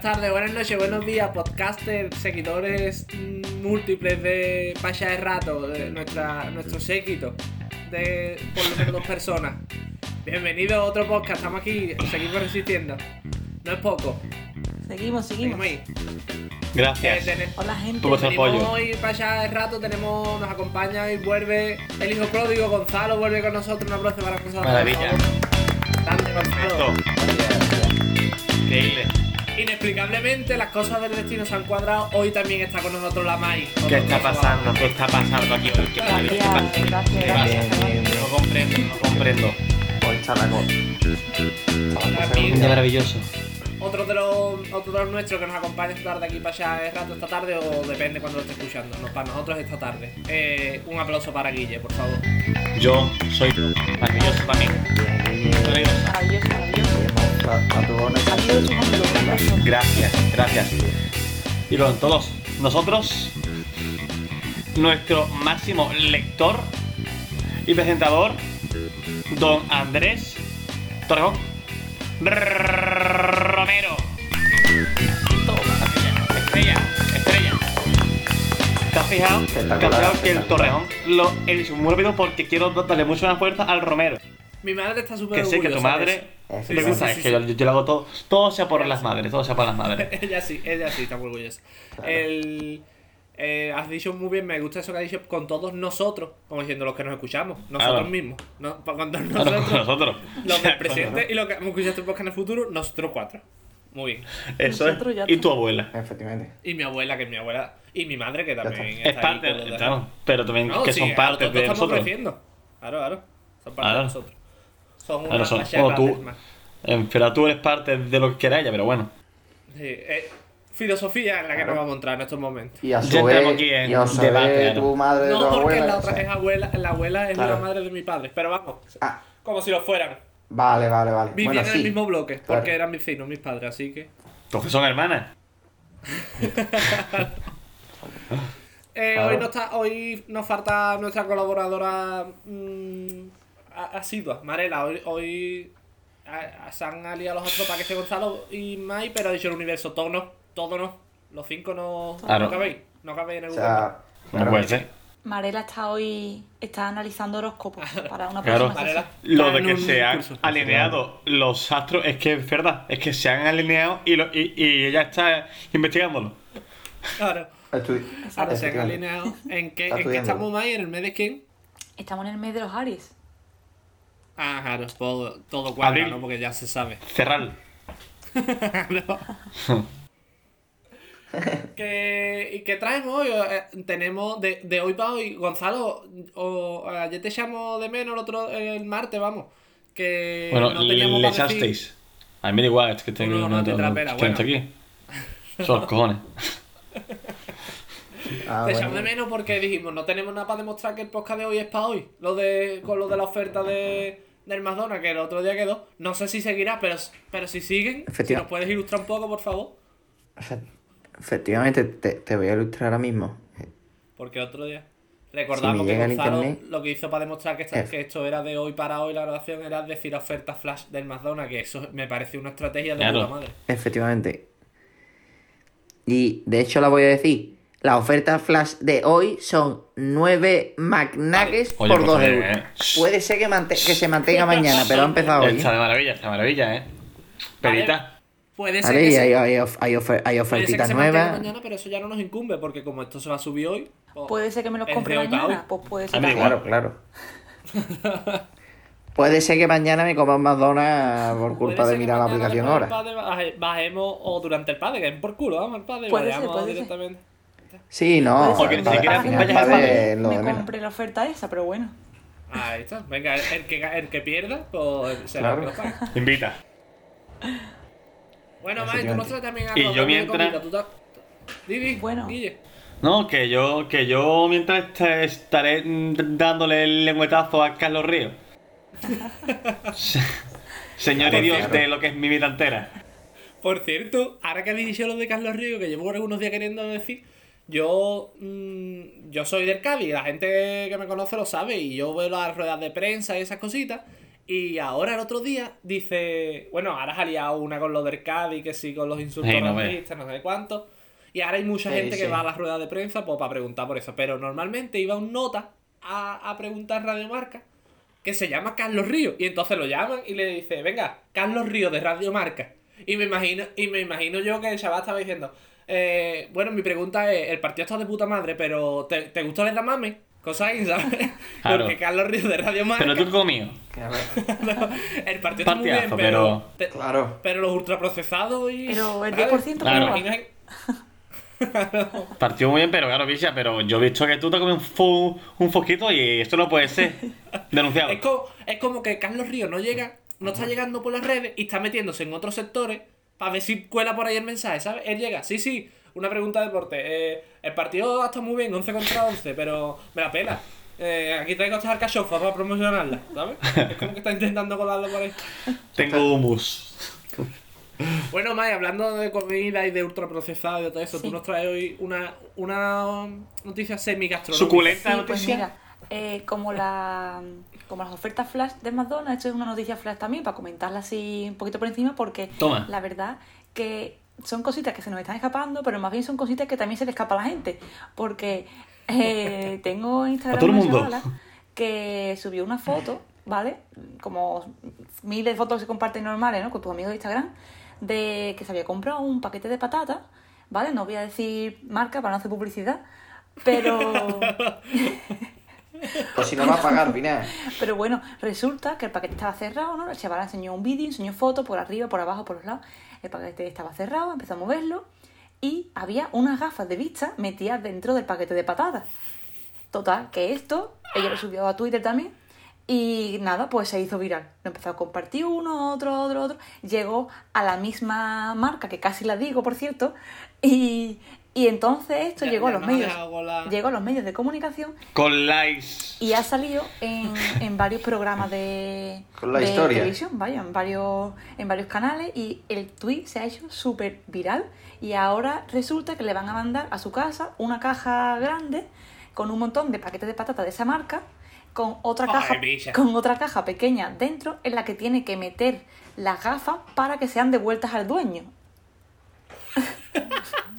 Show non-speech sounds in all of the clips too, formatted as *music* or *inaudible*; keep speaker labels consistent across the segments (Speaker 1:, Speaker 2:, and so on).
Speaker 1: tardes, buenas noches, buenos días, podcasters, seguidores mm, múltiples de Pacha de Rato, de nuestra, nuestro séquito de por lo menos dos personas. Bienvenido a otro podcast, estamos aquí, seguimos resistiendo. No es poco,
Speaker 2: Seguimos,
Speaker 1: seguimos
Speaker 2: seguimos.
Speaker 1: ahí. Eh,
Speaker 3: Gracias.
Speaker 1: tenemos-
Speaker 2: Hola, gente.
Speaker 3: Tú vas a-
Speaker 1: Venimos
Speaker 3: apoyo.
Speaker 1: hoy para allá de rato, tenemos, nos acompaña y vuelve el hijo pródigo Gonzalo, vuelve con nosotros, un abrazo para Gonzalo.
Speaker 3: Maravilla.
Speaker 1: Grande, Gonzalo.
Speaker 3: Increíble.
Speaker 1: Inexplicablemente las cosas del destino se han cuadrado, hoy también está con nosotros la Mai.
Speaker 3: ¿Qué está pasando? ¿Qué está pasando aquí hoy? ¿Qué
Speaker 2: Gracias,
Speaker 3: maravilla ¿Qué pasa?
Speaker 2: gracias,
Speaker 3: ¿Qué pasa?
Speaker 2: gracias, gracias.
Speaker 3: No comprendo, no comprendo.
Speaker 4: Hoy está la cosa.
Speaker 1: La mierda.
Speaker 3: maravilloso.
Speaker 1: Otro de los, otro de los nuestros que nos acompaña esta tarde aquí para allá de rato, esta tarde o depende cuando lo esté escuchando, no, para nosotros esta tarde. Eh, un aplauso para Guille, por favor.
Speaker 3: Yo soy maravilloso también. Maravilloso.
Speaker 2: Maravilloso, maravilloso. Ha sido
Speaker 4: Tatuones.
Speaker 2: su momento, maravilloso.
Speaker 3: Gracias, gracias. Y con todos nosotros, nuestro máximo lector y presentador, don Andrés Torrejón Romero. Estrella, estrella. ¿Te has fijado? ¿Te has
Speaker 4: Espectacular,
Speaker 3: fijado que el
Speaker 4: espectacular.
Speaker 3: Torrejón lo he dicho muy rápido porque quiero darle mucho más fuerza al Romero?
Speaker 1: Mi madre está súper
Speaker 3: Que sé que tu
Speaker 1: orgullosa de
Speaker 3: madre
Speaker 4: eso.
Speaker 3: le gusta,
Speaker 1: Sí, sí,
Speaker 3: es
Speaker 1: sí,
Speaker 3: que yo, yo lo hago todo, todo sea por las madres, todo sea por las madres.
Speaker 1: *laughs* ella sí, ella sí, está muy orgullosa.
Speaker 4: Claro.
Speaker 1: El, eh, has dicho muy bien, me gusta eso que has dicho con todos nosotros, como diciendo los que nos escuchamos, nosotros
Speaker 3: Claro.
Speaker 1: mismos. No, Pa- cuando
Speaker 3: Claro,
Speaker 1: nosotros,
Speaker 3: con nosotros. *laughs*
Speaker 1: los del presente y los que hemos escuchado este podcast en el futuro, nosotros cuatro. Muy bien.
Speaker 3: Eso
Speaker 2: Nosotros ya
Speaker 3: es. Y tu abuela.
Speaker 4: Efectivamente.
Speaker 1: Y mi abuela, que es mi abuela, y mi madre, que también
Speaker 4: está.
Speaker 1: está
Speaker 3: Es
Speaker 1: ahí
Speaker 3: parte,
Speaker 1: con lo de-
Speaker 3: claro, pero también
Speaker 1: No,
Speaker 3: que
Speaker 1: sí,
Speaker 3: son
Speaker 1: claro,
Speaker 3: parte
Speaker 1: todos
Speaker 3: de
Speaker 1: estamos
Speaker 3: nosotros.
Speaker 1: creciendo. Claro, claro. Son parte
Speaker 3: Claro.
Speaker 1: de nosotros. Son una
Speaker 3: Claro, son-
Speaker 1: racha de
Speaker 3: o tú.
Speaker 1: ratas más.
Speaker 3: En pero tú eres parte de lo que quiera ella, pero bueno.
Speaker 1: Sí, eh, filosofía en la que
Speaker 4: Claro.
Speaker 1: nos vamos a entrar en estos momentos.
Speaker 4: Y a
Speaker 3: Ya
Speaker 4: su
Speaker 3: entramos
Speaker 4: vez,
Speaker 3: aquí en
Speaker 4: y a su
Speaker 3: debate,
Speaker 4: vez
Speaker 3: claro.
Speaker 4: tu madre de tu
Speaker 1: No, porque
Speaker 4: abuela,
Speaker 1: la
Speaker 4: o
Speaker 1: otra
Speaker 4: sea.
Speaker 1: es abuela, la abuela es
Speaker 4: Claro.
Speaker 1: la madre de mi padre. Pero vamos,
Speaker 4: Ah,
Speaker 1: como si lo fueran.
Speaker 4: vale, vale, vale.
Speaker 1: Vivían
Speaker 4: bueno,
Speaker 1: en
Speaker 4: sí.
Speaker 1: el mismo bloque,
Speaker 4: Claro.
Speaker 1: porque eran vecinos mis padres, así que.
Speaker 3: Entonces son hermanas.
Speaker 1: Eh,
Speaker 4: Claro.
Speaker 1: hoy, no está, hoy nos falta nuestra colaboradora mm, a- asidua, Marela. Hoy, hoy a- a- se han aliado los otros para que esté Gonzalo y Mai, pero ha dicho el universo, todos no, todos no. Los cinco no,
Speaker 3: Claro.
Speaker 1: no cabéis, no cabéis en el
Speaker 4: O
Speaker 1: gobierno.
Speaker 4: sea,
Speaker 3: No
Speaker 4: claro,
Speaker 3: puede ser.
Speaker 2: Marela está hoy está
Speaker 1: *laughs*
Speaker 2: analizando horóscopos para una
Speaker 3: Claro.
Speaker 2: persona.
Speaker 1: Marela.
Speaker 3: Lo
Speaker 1: está
Speaker 3: de
Speaker 1: en
Speaker 3: que
Speaker 1: un
Speaker 3: se han
Speaker 1: curso.
Speaker 3: alineado los astros es que es verdad, es que se han alineado y, lo- y, y ella está investigándolo.
Speaker 1: Claro.
Speaker 4: estudi-
Speaker 1: Ahora se han
Speaker 4: efectivamente.
Speaker 1: alineado. ¿En
Speaker 4: Está
Speaker 1: qué, en qué
Speaker 4: estudiando.
Speaker 1: estamos, Mai? ¿En el mes de quién?
Speaker 2: Estamos en el mes de los Aries.
Speaker 1: Ah, claro, todo, todo cuadra,
Speaker 3: Abril.
Speaker 1: ¿no? Porque ya se sabe.
Speaker 3: Cerrar.
Speaker 1: Claro. ¿Qué, ¿Y qué traemos hoy? Eh, tenemos de, de hoy para hoy, Gonzalo, o, eh, ayer te llamo de menos el otro el martes, vamos. Que
Speaker 3: Bueno,
Speaker 1: Eh, no
Speaker 3: le,
Speaker 1: teníamos
Speaker 3: le
Speaker 1: para decir.
Speaker 3: echasteis. A mí me da igual, es que tengo
Speaker 1: No, no, te trapera,
Speaker 3: que no estoy aquí. Son los cojones.
Speaker 4: Ah,
Speaker 1: Te
Speaker 4: bueno.
Speaker 1: llamo de menos porque dijimos, no tenemos nada para demostrar que el podcast de hoy es para hoy. Lo de, con lo de la oferta de, del Madonna, que el otro día quedó. No sé si seguirá, pero, pero si siguen, si
Speaker 4: Efectivamente.
Speaker 1: nos puedes ilustrar un poco, por favor.
Speaker 4: O sea, Efectivamente, te, te voy a ilustrar ahora mismo.
Speaker 1: Porque el otro día recordamos que
Speaker 4: llega el
Speaker 1: Gonzalo
Speaker 4: internet.
Speaker 1: lo que hizo para demostrar que, esta-
Speaker 4: Es.
Speaker 1: que esto era de hoy para hoy la grabación era decir oferta flash del McDonald's, que eso me parece una estrategia de
Speaker 3: Claro.
Speaker 1: puta madre.
Speaker 4: Efectivamente. Y de hecho la voy a decir. Las ofertas flash de hoy son 9 McNuggets
Speaker 3: Oye,
Speaker 4: por
Speaker 3: por
Speaker 4: 2
Speaker 3: favor,
Speaker 4: euros.
Speaker 3: eh.
Speaker 4: Puede ser que, mante- que se
Speaker 1: *laughs*
Speaker 4: mantenga mañana, pero ha
Speaker 3: Ah,
Speaker 4: empezado hoy.
Speaker 3: Está de maravilla, está de maravilla, eh. Perita.
Speaker 1: Puede ser
Speaker 4: Vale,
Speaker 1: que
Speaker 4: y
Speaker 1: se,
Speaker 4: hay, hay, of- hay ofer- hay
Speaker 1: puede ser que
Speaker 4: ofertitas
Speaker 1: se mantenga
Speaker 4: nuevas.
Speaker 1: mañana, pero eso ya no nos incumbe, porque como esto se va a subir hoy, pues-
Speaker 2: Puede ser que me los
Speaker 1: Es
Speaker 2: compre
Speaker 1: de hoy pa'
Speaker 2: mañana.
Speaker 1: hoy.
Speaker 2: Pues puede
Speaker 3: A
Speaker 2: ser.
Speaker 3: mí
Speaker 2: que-
Speaker 4: Claro,
Speaker 3: igual.
Speaker 4: claro.
Speaker 1: *laughs*
Speaker 4: Puede ser que mañana me coma un McDonald's por
Speaker 1: puede
Speaker 4: culpa de
Speaker 1: ser que
Speaker 4: mirar la
Speaker 1: mañana
Speaker 4: aplicación
Speaker 1: después del
Speaker 4: ahora.
Speaker 1: padre baje- bajemos o durante el padre, que es por culo, vamos al padre,
Speaker 2: Puede ser,
Speaker 1: vayamos
Speaker 2: puede ser.
Speaker 1: directamente.
Speaker 4: Sí, no.
Speaker 2: Puede ser
Speaker 3: Porque
Speaker 4: el
Speaker 3: ni
Speaker 4: padre-
Speaker 3: siquiera
Speaker 4: al final
Speaker 3: acompañas
Speaker 4: el
Speaker 3: al
Speaker 4: padre
Speaker 3: padre.
Speaker 4: es lo de
Speaker 2: me
Speaker 4: menos.
Speaker 2: compré la oferta esa, pero bueno.
Speaker 1: Ahí está, venga, el, el que, el que pierda, pues será
Speaker 4: Claro.
Speaker 1: el que lo pague.
Speaker 3: Invita.
Speaker 1: Bueno, Mae, tú
Speaker 4: Efectivamente.
Speaker 1: muestra también algo.
Speaker 3: Y yo
Speaker 1: de
Speaker 3: mientras-
Speaker 1: comida, tú ta- Di, di,
Speaker 2: Bueno.
Speaker 1: Guille.
Speaker 3: No, que yo, que yo mientras este- estaré mm, dándole el lengüetazo a Carlos Río. Se- Señor y
Speaker 4: Claro,
Speaker 3: Dios
Speaker 4: claro.
Speaker 3: de lo que es mi vida entera.
Speaker 1: Por cierto, ahora que habéis dicho lo de Carlos Río, que llevo algunos días queriendo decir, yo mm, yo soy del Cádiz, la gente que me conoce lo sabe, y yo veo las ruedas de prensa y esas cositas, Y ahora el otro día dice, bueno, ahora ha liado una con lo del Cádiz, que sí, con los insultos
Speaker 3: Sí, no ve.
Speaker 1: racistas, no sé cuánto. Y ahora hay mucha
Speaker 4: Sí,
Speaker 1: gente que
Speaker 4: sí.
Speaker 1: va a las ruedas de prensa pues, para preguntar por eso. Pero normalmente iba un nota a, a preguntar Radio Marca que se llama Carlos Río. Y entonces lo llaman y le dice, venga, Carlos Río de Radio Marca. Y me imagino, y me imagino yo que el chaval estaba diciendo, eh, bueno, mi pregunta es, el partido está de puta madre, pero ¿te, te gustó el mame? Cosa ahí,
Speaker 3: *laughs*
Speaker 1: ¿sabes?
Speaker 3: Claro.
Speaker 1: Porque Carlos Río de Radio Marca...
Speaker 3: Pero
Speaker 1: *laughs*
Speaker 3: tú comido.
Speaker 1: el partido está muy bien,
Speaker 3: Partidazo,
Speaker 1: pero... te-
Speaker 4: Claro.
Speaker 1: pero los ultraprocesados y...
Speaker 2: Pero el
Speaker 1: ¿sabes?
Speaker 2: 10%
Speaker 3: Claro.
Speaker 2: por
Speaker 1: Y no hay-
Speaker 3: Partió muy bien, pero claro, bicha, pero yo he visto que tú te comes un, fo- un foquito y esto no puede ser. Denunciado.
Speaker 1: Es como, es como que Carlos Río no llega, no está llegando por las redes y está metiéndose en otros sectores para ver si cuela por ahí el mensaje, ¿sabes? Él llega, sí, sí, una pregunta de deporte. eh, el partido está muy bien, 11 contra 11, pero me la pela. Eh, aquí traigo estas alcachofas para promocionarla, ¿sabes? Es como que está intentando colarlo por ahí.
Speaker 3: Tengo humus.
Speaker 1: Bueno, May, hablando de comida y de ultraprocesado y de todo eso, tú
Speaker 2: Sí.
Speaker 1: nos traes hoy una, una noticia semi-gastronómica.
Speaker 3: Suculenta
Speaker 2: Sí, pues
Speaker 3: noticia.
Speaker 2: mira, eh, como, la, como las ofertas flash de McDonald's, esto es una noticia flash también para comentarla así un poquito por encima porque
Speaker 3: Toma.
Speaker 2: la verdad que son cositas que se nos están escapando, pero más bien son cositas que también se le escapa a la gente porque
Speaker 3: *laughs*
Speaker 2: eh, tengo en Instagram
Speaker 3: A todo el
Speaker 2: una
Speaker 3: mundo.
Speaker 2: chavala que subió una foto, ¿vale? Como miles de fotos que se comparten normales, ¿no? Con tus amigos de Instagram, de que se había comprado un paquete de patatas, ¿vale? No voy a decir marca para no hacer publicidad,
Speaker 3: *laughs*
Speaker 2: pero
Speaker 4: O Pues si no va a pagar, Pinar.
Speaker 2: Pero bueno, resulta que el paquete estaba cerrado, ¿no? El chaval enseñó un vídeo, enseñó fotos por arriba, por abajo, por los lados. El paquete estaba cerrado, empezó a moverlo y había unas gafas de vista metidas dentro del paquete de patatas. Total, que esto, ella lo subió a Twitter también. Y nada, pues se hizo viral. Lo empezó a compartir uno, otro, otro, otro. Llegó a la misma marca, que casi la digo, por cierto. Y, y entonces esto
Speaker 1: Ya-
Speaker 2: llegó
Speaker 1: ya
Speaker 2: a los
Speaker 1: nos ha
Speaker 2: medios.
Speaker 1: dejado con la-
Speaker 2: Llegó a los medios de comunicación
Speaker 3: Con likes.
Speaker 2: y ha salido
Speaker 4: *laughs*
Speaker 2: en, en varios programas de,
Speaker 4: Con la
Speaker 2: de
Speaker 4: historia.
Speaker 2: televisión, vaya, en varios, en varios canales y el tweet se ha hecho súper viral y ahora resulta que le van a mandar a su casa una caja grande con un montón de paquetes de patata de esa marca con otra
Speaker 1: Ay,
Speaker 2: caja
Speaker 1: Misha.
Speaker 2: con otra caja pequeña dentro en la que tiene que meter las gafas para que sean devueltas al dueño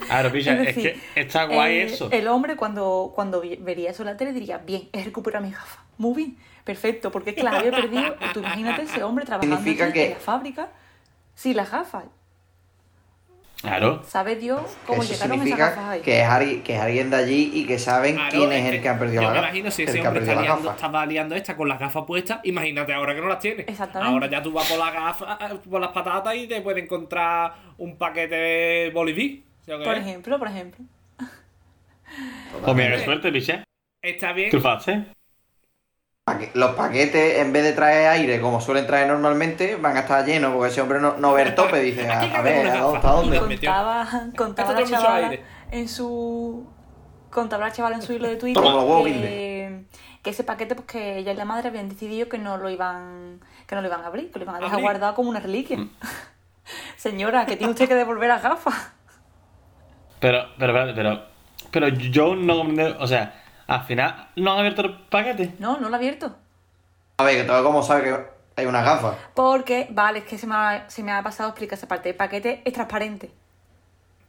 Speaker 3: Claro, bicha, es,
Speaker 2: decir, eh,
Speaker 3: que está guay
Speaker 2: el,
Speaker 3: eso.
Speaker 2: El hombre cuando, cuando vi- vería eso en la tele diría, bien, he recuperado mi gafa. Muy bien, perfecto, porque es que las había
Speaker 3: *laughs*
Speaker 2: perdido. Tú imagínate ese hombre trabajando
Speaker 4: Significa
Speaker 2: aquí
Speaker 4: que-
Speaker 2: en la fábrica sin las gafas.
Speaker 3: Claro.
Speaker 2: ¿Sabe Dios
Speaker 4: Que
Speaker 2: cómo
Speaker 4: eso
Speaker 2: llegaron esas gafas
Speaker 4: significa
Speaker 2: ahí?
Speaker 4: que es, alguien, que es alguien de allí y que saben
Speaker 1: Claro,
Speaker 4: quién es
Speaker 1: que
Speaker 4: el que ha perdido
Speaker 1: yo
Speaker 4: la
Speaker 1: me
Speaker 4: gafa.
Speaker 1: imagino si
Speaker 4: el
Speaker 1: ese
Speaker 4: que ha
Speaker 1: hombre está
Speaker 4: perdido la
Speaker 1: liando,
Speaker 4: gafa.
Speaker 1: estaba liando esta con las gafas puestas, imagínate ahora que no las tienes.
Speaker 2: Exactamente.
Speaker 1: Ahora ya tú vas por las gafas, ah, por las patatas y te puedes encontrar un paquete de boliví. ¿sí o qué?
Speaker 2: Por ejemplo, por ejemplo.
Speaker 3: Pues mira, qué suerte, bicha.
Speaker 1: Está bien.
Speaker 3: Trufaste.
Speaker 4: Paque- Los paquetes, en vez de traer aire como suelen traer normalmente, van a estar llenos porque ese hombre no, no ve el tope. Dice,
Speaker 1: Aquí
Speaker 4: a, a
Speaker 1: cabe
Speaker 4: ver,
Speaker 1: una
Speaker 4: ¿a dónde-
Speaker 1: gafa.
Speaker 4: ¿hasta
Speaker 2: Y
Speaker 4: dónde?
Speaker 1: con- metió.
Speaker 2: contaba, *laughs* contaba
Speaker 1: Esto trae
Speaker 2: la
Speaker 1: mucho
Speaker 2: chavala
Speaker 1: aire.
Speaker 2: en su. Contaba la chavala en su hilo de Twitter
Speaker 4: Toma los huevos,
Speaker 2: que, que ese paquete, pues que ella y la madre habían decidido que no lo iban, que no lo iban a abrir, que lo iban a dejar
Speaker 1: Abrir.
Speaker 2: guardado como una reliquia.
Speaker 4: Mm.
Speaker 2: *laughs* Señora, que tiene usted que devolver las gafas.
Speaker 3: Pero, pero, pero, pero, pero yo no comprendo. O sea, al final no han abierto el paquete.
Speaker 2: No, no lo ha abierto.
Speaker 4: A ver, que todo como sabe que hay unas gafas.
Speaker 2: Porque, vale, es que se me ha, se me ha pasado explicar esa parte. El paquete es transparente.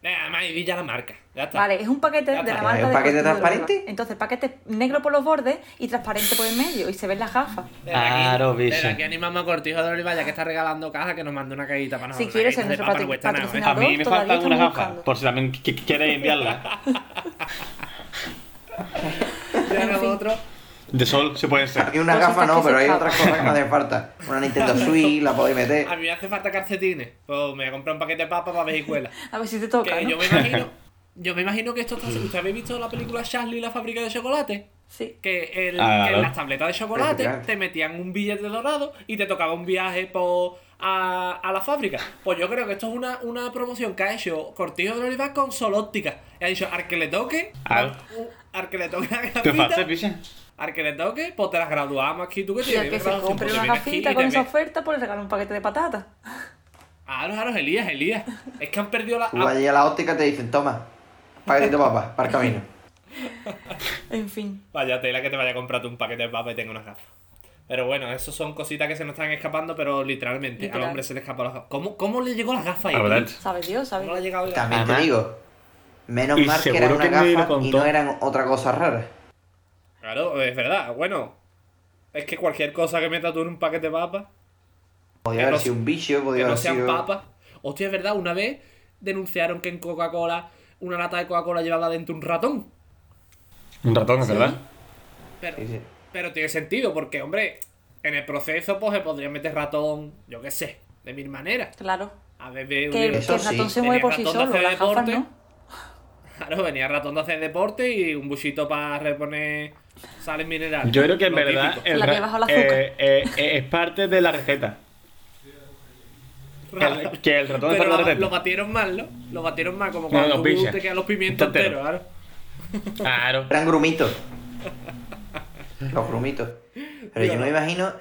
Speaker 1: Nada más, y di ya la marca. Ya está.
Speaker 2: Vale, es un paquete
Speaker 1: Ya
Speaker 2: de
Speaker 1: está.
Speaker 2: la marca
Speaker 4: ¿Es un
Speaker 2: de
Speaker 4: paquete
Speaker 2: Costura de
Speaker 4: transparente?
Speaker 2: Huelva. Entonces, el paquete es negro por los bordes y transparente por el medio. Y se ven las gafas.
Speaker 1: Desde aquí-
Speaker 3: Claro,
Speaker 1: desde
Speaker 3: bicho.
Speaker 1: aquí animamos a Cortijo de Olivalla que está regalando cajas que nos mande una cajita para
Speaker 2: Si
Speaker 1: nosotros.
Speaker 2: quieres,
Speaker 1: Una
Speaker 2: en
Speaker 1: cajita de
Speaker 2: nuestro
Speaker 1: papa
Speaker 2: patri-
Speaker 1: no cuesta nada, ¿eh?
Speaker 2: patrocinador.
Speaker 3: A mí me
Speaker 2: todavía
Speaker 3: faltan
Speaker 2: estamos
Speaker 3: unas gafas,
Speaker 2: buscando.
Speaker 3: por si también qui- qui- quieres
Speaker 2: *laughs*
Speaker 3: enviarlas.
Speaker 1: Ya
Speaker 2: En fin.
Speaker 1: nosotros-
Speaker 3: De sol, se puede ser.
Speaker 4: Hay unas
Speaker 2: Cositas
Speaker 4: gafas no,
Speaker 2: que
Speaker 4: pero
Speaker 2: se
Speaker 4: hay
Speaker 2: escapan.
Speaker 4: otras cosas que no hacen falta. Una Nintendo Switch la podéis meter.
Speaker 1: A mí me hace falta calcetines. Pues me voy a comprar un paquete de papas para ver escuela.
Speaker 2: A ver si te toca,
Speaker 1: Que
Speaker 2: ¿no?
Speaker 1: yo me imagino. Yo me imagino que esto está. ¿Usted habéis visto la película Charlie y la fábrica de chocolate?
Speaker 2: Sí.
Speaker 1: Que, el-
Speaker 3: Ah,
Speaker 1: que
Speaker 3: claro.
Speaker 1: en las tabletas de chocolate
Speaker 4: Efectivamente.
Speaker 1: te metían un billete dorado y te tocaba un viaje por, a, a la fábrica. Pues yo creo que esto es una, una promoción que ha hecho Cortijo de Oliva con Solóptica. Y ha dicho, al que le toque,
Speaker 3: Ah.
Speaker 1: un- al que le toque la
Speaker 3: Trufaste,
Speaker 1: gafita,
Speaker 3: bicha.
Speaker 1: al que le toque, pues te las graduamos aquí, tú que
Speaker 2: Y
Speaker 1: tienes.
Speaker 2: el que se
Speaker 1: graduación,
Speaker 2: compre
Speaker 1: pues te
Speaker 2: una
Speaker 1: vienes aquí y
Speaker 2: gafita
Speaker 1: te
Speaker 2: con esa
Speaker 1: ves.
Speaker 2: oferta, pues le regalo un paquete de patatas. *laughs*
Speaker 1: Claro, claro, Elías, Elías. Es que han perdido la...
Speaker 4: Tú vas allí a la óptica y te dicen, toma, paquetito papá, para el
Speaker 1: *laughs*
Speaker 4: camino.
Speaker 2: En fin.
Speaker 1: Vaya tela que te vaya a comprarte un paquete de papa y tenga unas gafas. Pero bueno, eso son cositas que se nos están escapando, pero literalmente
Speaker 2: Literal.
Speaker 1: al hombre se le escapó las gafas. ¿Cómo, ¿Cómo le llegó las gafas ahí?
Speaker 5: Ah,
Speaker 3: La Ah, verdad.
Speaker 1: tío?
Speaker 2: Sabe Dios, sabe
Speaker 1: ¿Cómo le ha
Speaker 2: Dios.
Speaker 1: llegado las
Speaker 5: También
Speaker 4: Además-
Speaker 5: te digo, menos
Speaker 3: Y
Speaker 5: mal que eran
Speaker 3: seguro
Speaker 5: una
Speaker 3: que nadie lo
Speaker 5: gafa y no
Speaker 3: contó.
Speaker 5: eran otra cosa rara.
Speaker 1: Claro, es verdad. Bueno, es que cualquier cosa que meta tú en un paquete de papas,
Speaker 5: Podía
Speaker 1: Que
Speaker 5: haber
Speaker 1: no-
Speaker 5: sido un bicho,
Speaker 1: que
Speaker 5: podía
Speaker 1: no
Speaker 5: haber
Speaker 1: sean
Speaker 5: sido.
Speaker 1: papas. Hostia, es verdad, una vez denunciaron que en Coca-Cola, una lata de Coca-Cola llevaba dentro un ratón.
Speaker 3: Un ratón, es ¿verdad?
Speaker 1: Pero,
Speaker 5: Sí, sí.
Speaker 1: pero tiene sentido, porque, hombre, en el proceso pues se podría meter ratón, yo qué sé, de mil maneras.
Speaker 2: Claro.
Speaker 1: A ver, de-
Speaker 2: Que, que
Speaker 1: de-
Speaker 2: el
Speaker 5: Eso
Speaker 2: ratón
Speaker 5: sí.
Speaker 2: se
Speaker 1: Tenía
Speaker 2: mueve por
Speaker 1: ratón
Speaker 2: sí
Speaker 1: de
Speaker 2: solo,
Speaker 1: hacer
Speaker 2: las gafas
Speaker 1: deporte.
Speaker 2: no.
Speaker 1: Claro, venía ratón de hacer deporte y un buchito para reponer sales minerales.
Speaker 3: Yo creo que en
Speaker 1: Lo
Speaker 3: verdad
Speaker 1: típico.
Speaker 3: el
Speaker 2: La que
Speaker 3: ra-
Speaker 2: baja el azúcar.
Speaker 3: eh, eh, eh, es parte de la receta. Que el, que el ratón
Speaker 1: Pero
Speaker 3: es parte de la
Speaker 1: lo, lo
Speaker 3: receta.
Speaker 1: batieron mal, ¿no? Lo batieron mal, como
Speaker 3: No,
Speaker 1: cuando
Speaker 3: los
Speaker 1: tú
Speaker 3: pilla.
Speaker 1: te quedan los pimientos
Speaker 3: Entero.
Speaker 1: enteros, claro.
Speaker 3: Claro.
Speaker 5: Eran grumitos. Los grumitos. Pero yo no me imagino,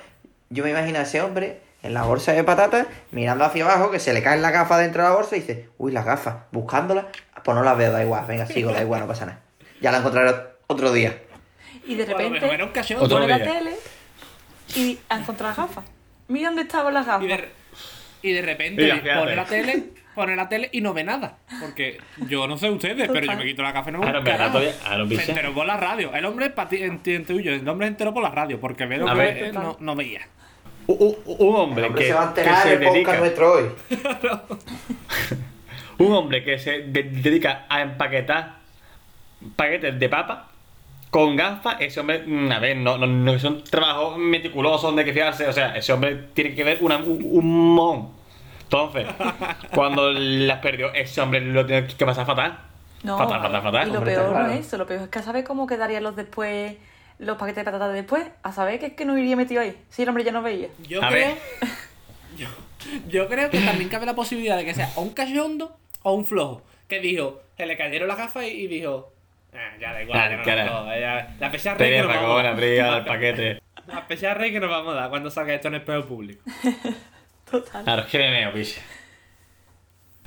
Speaker 5: yo me imagino a ese hombre en la bolsa de patatas, mirando hacia abajo, que se le cae la gafa dentro de la bolsa y dice, uy, las gafas, buscándolas, pues no las veo, da igual, venga, sigo, da igual, no pasa nada. Ya la encontraré otro día.
Speaker 2: Y de
Speaker 1: O a lo
Speaker 2: repente
Speaker 1: mejor era un cachorro.
Speaker 3: Otro
Speaker 2: pone la
Speaker 3: día.
Speaker 2: tele y ha encontrado las gafas. Mira dónde estaban las
Speaker 1: Y
Speaker 2: gafas.
Speaker 1: de, y de repente
Speaker 3: Mira, fíjate.
Speaker 1: pone la tele, pone la tele y no ve nada. Porque yo no sé ustedes, pero yo me quito la café no me
Speaker 3: Claro, en verdad todavía. Ah, Claro,
Speaker 1: Se
Speaker 3: picha.
Speaker 1: enteró por la radio. El hombre pa- ti- en- ti- en tuyo, el hombre se enteró por la radio, porque ve lo
Speaker 3: A
Speaker 1: que
Speaker 3: ver.
Speaker 1: eh, no, no veía.
Speaker 3: Un- Un, Uh, un hombre,
Speaker 5: El hombre
Speaker 3: que,
Speaker 5: se va a enterar
Speaker 3: que se
Speaker 5: del podcast
Speaker 3: dedica,
Speaker 5: nuestro hoy.
Speaker 3: un hombre que se de- dedica a empaquetar paquetes de papa con gafas, ese hombre, mm, a ver, no, no, no son trabajos meticulosos de que fiarse, o sea, ese hombre tiene que ver una, un, un mon. Entonces, cuando las perdió, ese hombre lo tiene que pasar fatal.
Speaker 2: No,
Speaker 3: fatal, fatal, fatal.
Speaker 2: y lo
Speaker 5: hombre, está
Speaker 2: peor no
Speaker 5: claro.
Speaker 2: es eso, lo peor es que a saber cómo quedarían los después, los paquetes de patatas después, a saber que es que no iría metido ahí, si el hombre ya no veía.
Speaker 1: Yo
Speaker 3: A
Speaker 1: creo.
Speaker 3: ver.
Speaker 1: Yo, *laughs* yo creo que también cabe la posibilidad de que sea o un cachondo o un flojo. Que dijo, se le cayeron las gafas y, y dijo. "Ah, ya da igual,
Speaker 3: Ah,
Speaker 1: ya no
Speaker 3: cara.
Speaker 1: lo hago, ya- la pesar rey que
Speaker 3: Tenía
Speaker 1: nos vamos
Speaker 3: racón,
Speaker 1: a dar.
Speaker 3: abría el paquete.
Speaker 1: La pesar rey que nos vamos a dar cuando salga esto en el espejo público. Ah,
Speaker 2: Total.
Speaker 3: Claro, que me meo, picha.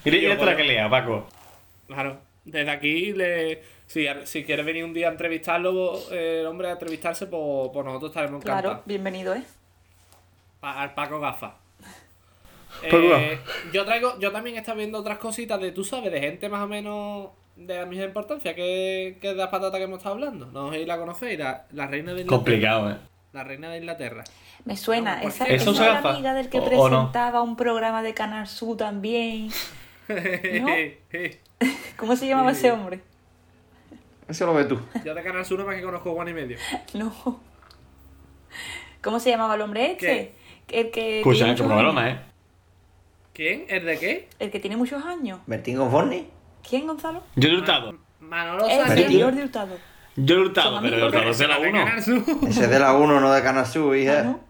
Speaker 3: Y le- y
Speaker 1: Tío,
Speaker 3: esto la
Speaker 1: bueno.
Speaker 3: que lea, Paco.
Speaker 1: Claro. Desde aquí, le, si, si quieres venir un día a entrevistarlo, vos, eh, el hombre a entrevistarse, pues, pues nosotros estaremos encantados.
Speaker 2: Claro, bienvenido, ¿eh?
Speaker 1: Pa- al Paco Gafa. Eh,
Speaker 3: *laughs* Paco Gafa.
Speaker 1: yo traigo, yo también he estado viendo otras cositas de, tú sabes, de gente más o menos de la misma importancia que, que de las patatas que hemos estado hablando. No sé si la conocéis, la, la reina de Inglaterra.
Speaker 3: Complicado, eh.
Speaker 1: La reina de Inglaterra.
Speaker 2: Me suena,
Speaker 1: No, por
Speaker 2: esa,
Speaker 1: cierto. ¿Eso
Speaker 2: esa es
Speaker 3: usa
Speaker 2: la
Speaker 3: gafas?
Speaker 2: amiga del que
Speaker 3: ¿O- o no?
Speaker 2: presentaba un programa de Canal Sur también.
Speaker 1: *laughs* yo
Speaker 2: ¿Cómo se llamaba ese hombre? *laughs*
Speaker 5: Eso lo ves tú.
Speaker 1: de Canal Sur más que conozco Juan y medio.
Speaker 2: No. ¿Cómo se llamaba el hombre este? El que,
Speaker 3: Escucha,
Speaker 2: tiene
Speaker 3: que
Speaker 2: muchos
Speaker 3: una broma,
Speaker 2: años.
Speaker 3: eh.
Speaker 1: ¿Quién? ¿El de qué?
Speaker 2: El que tiene muchos años.
Speaker 5: Bertín Conforni.
Speaker 2: ¿Quién, Gonzalo?
Speaker 3: Yo lo he hurtado.
Speaker 1: Manolo
Speaker 2: El
Speaker 1: Sanz.
Speaker 2: seguidor de Hurtado.
Speaker 3: Yo lo he hurtado,
Speaker 2: Son
Speaker 3: pero lo
Speaker 2: amigos.
Speaker 3: hurtado se la
Speaker 1: Pero de
Speaker 3: uno.
Speaker 1: Canal Sur. *laughs*
Speaker 5: Ese es de la 1, no de Canal Sur,
Speaker 2: Ah,
Speaker 5: hija.
Speaker 2: ¿no?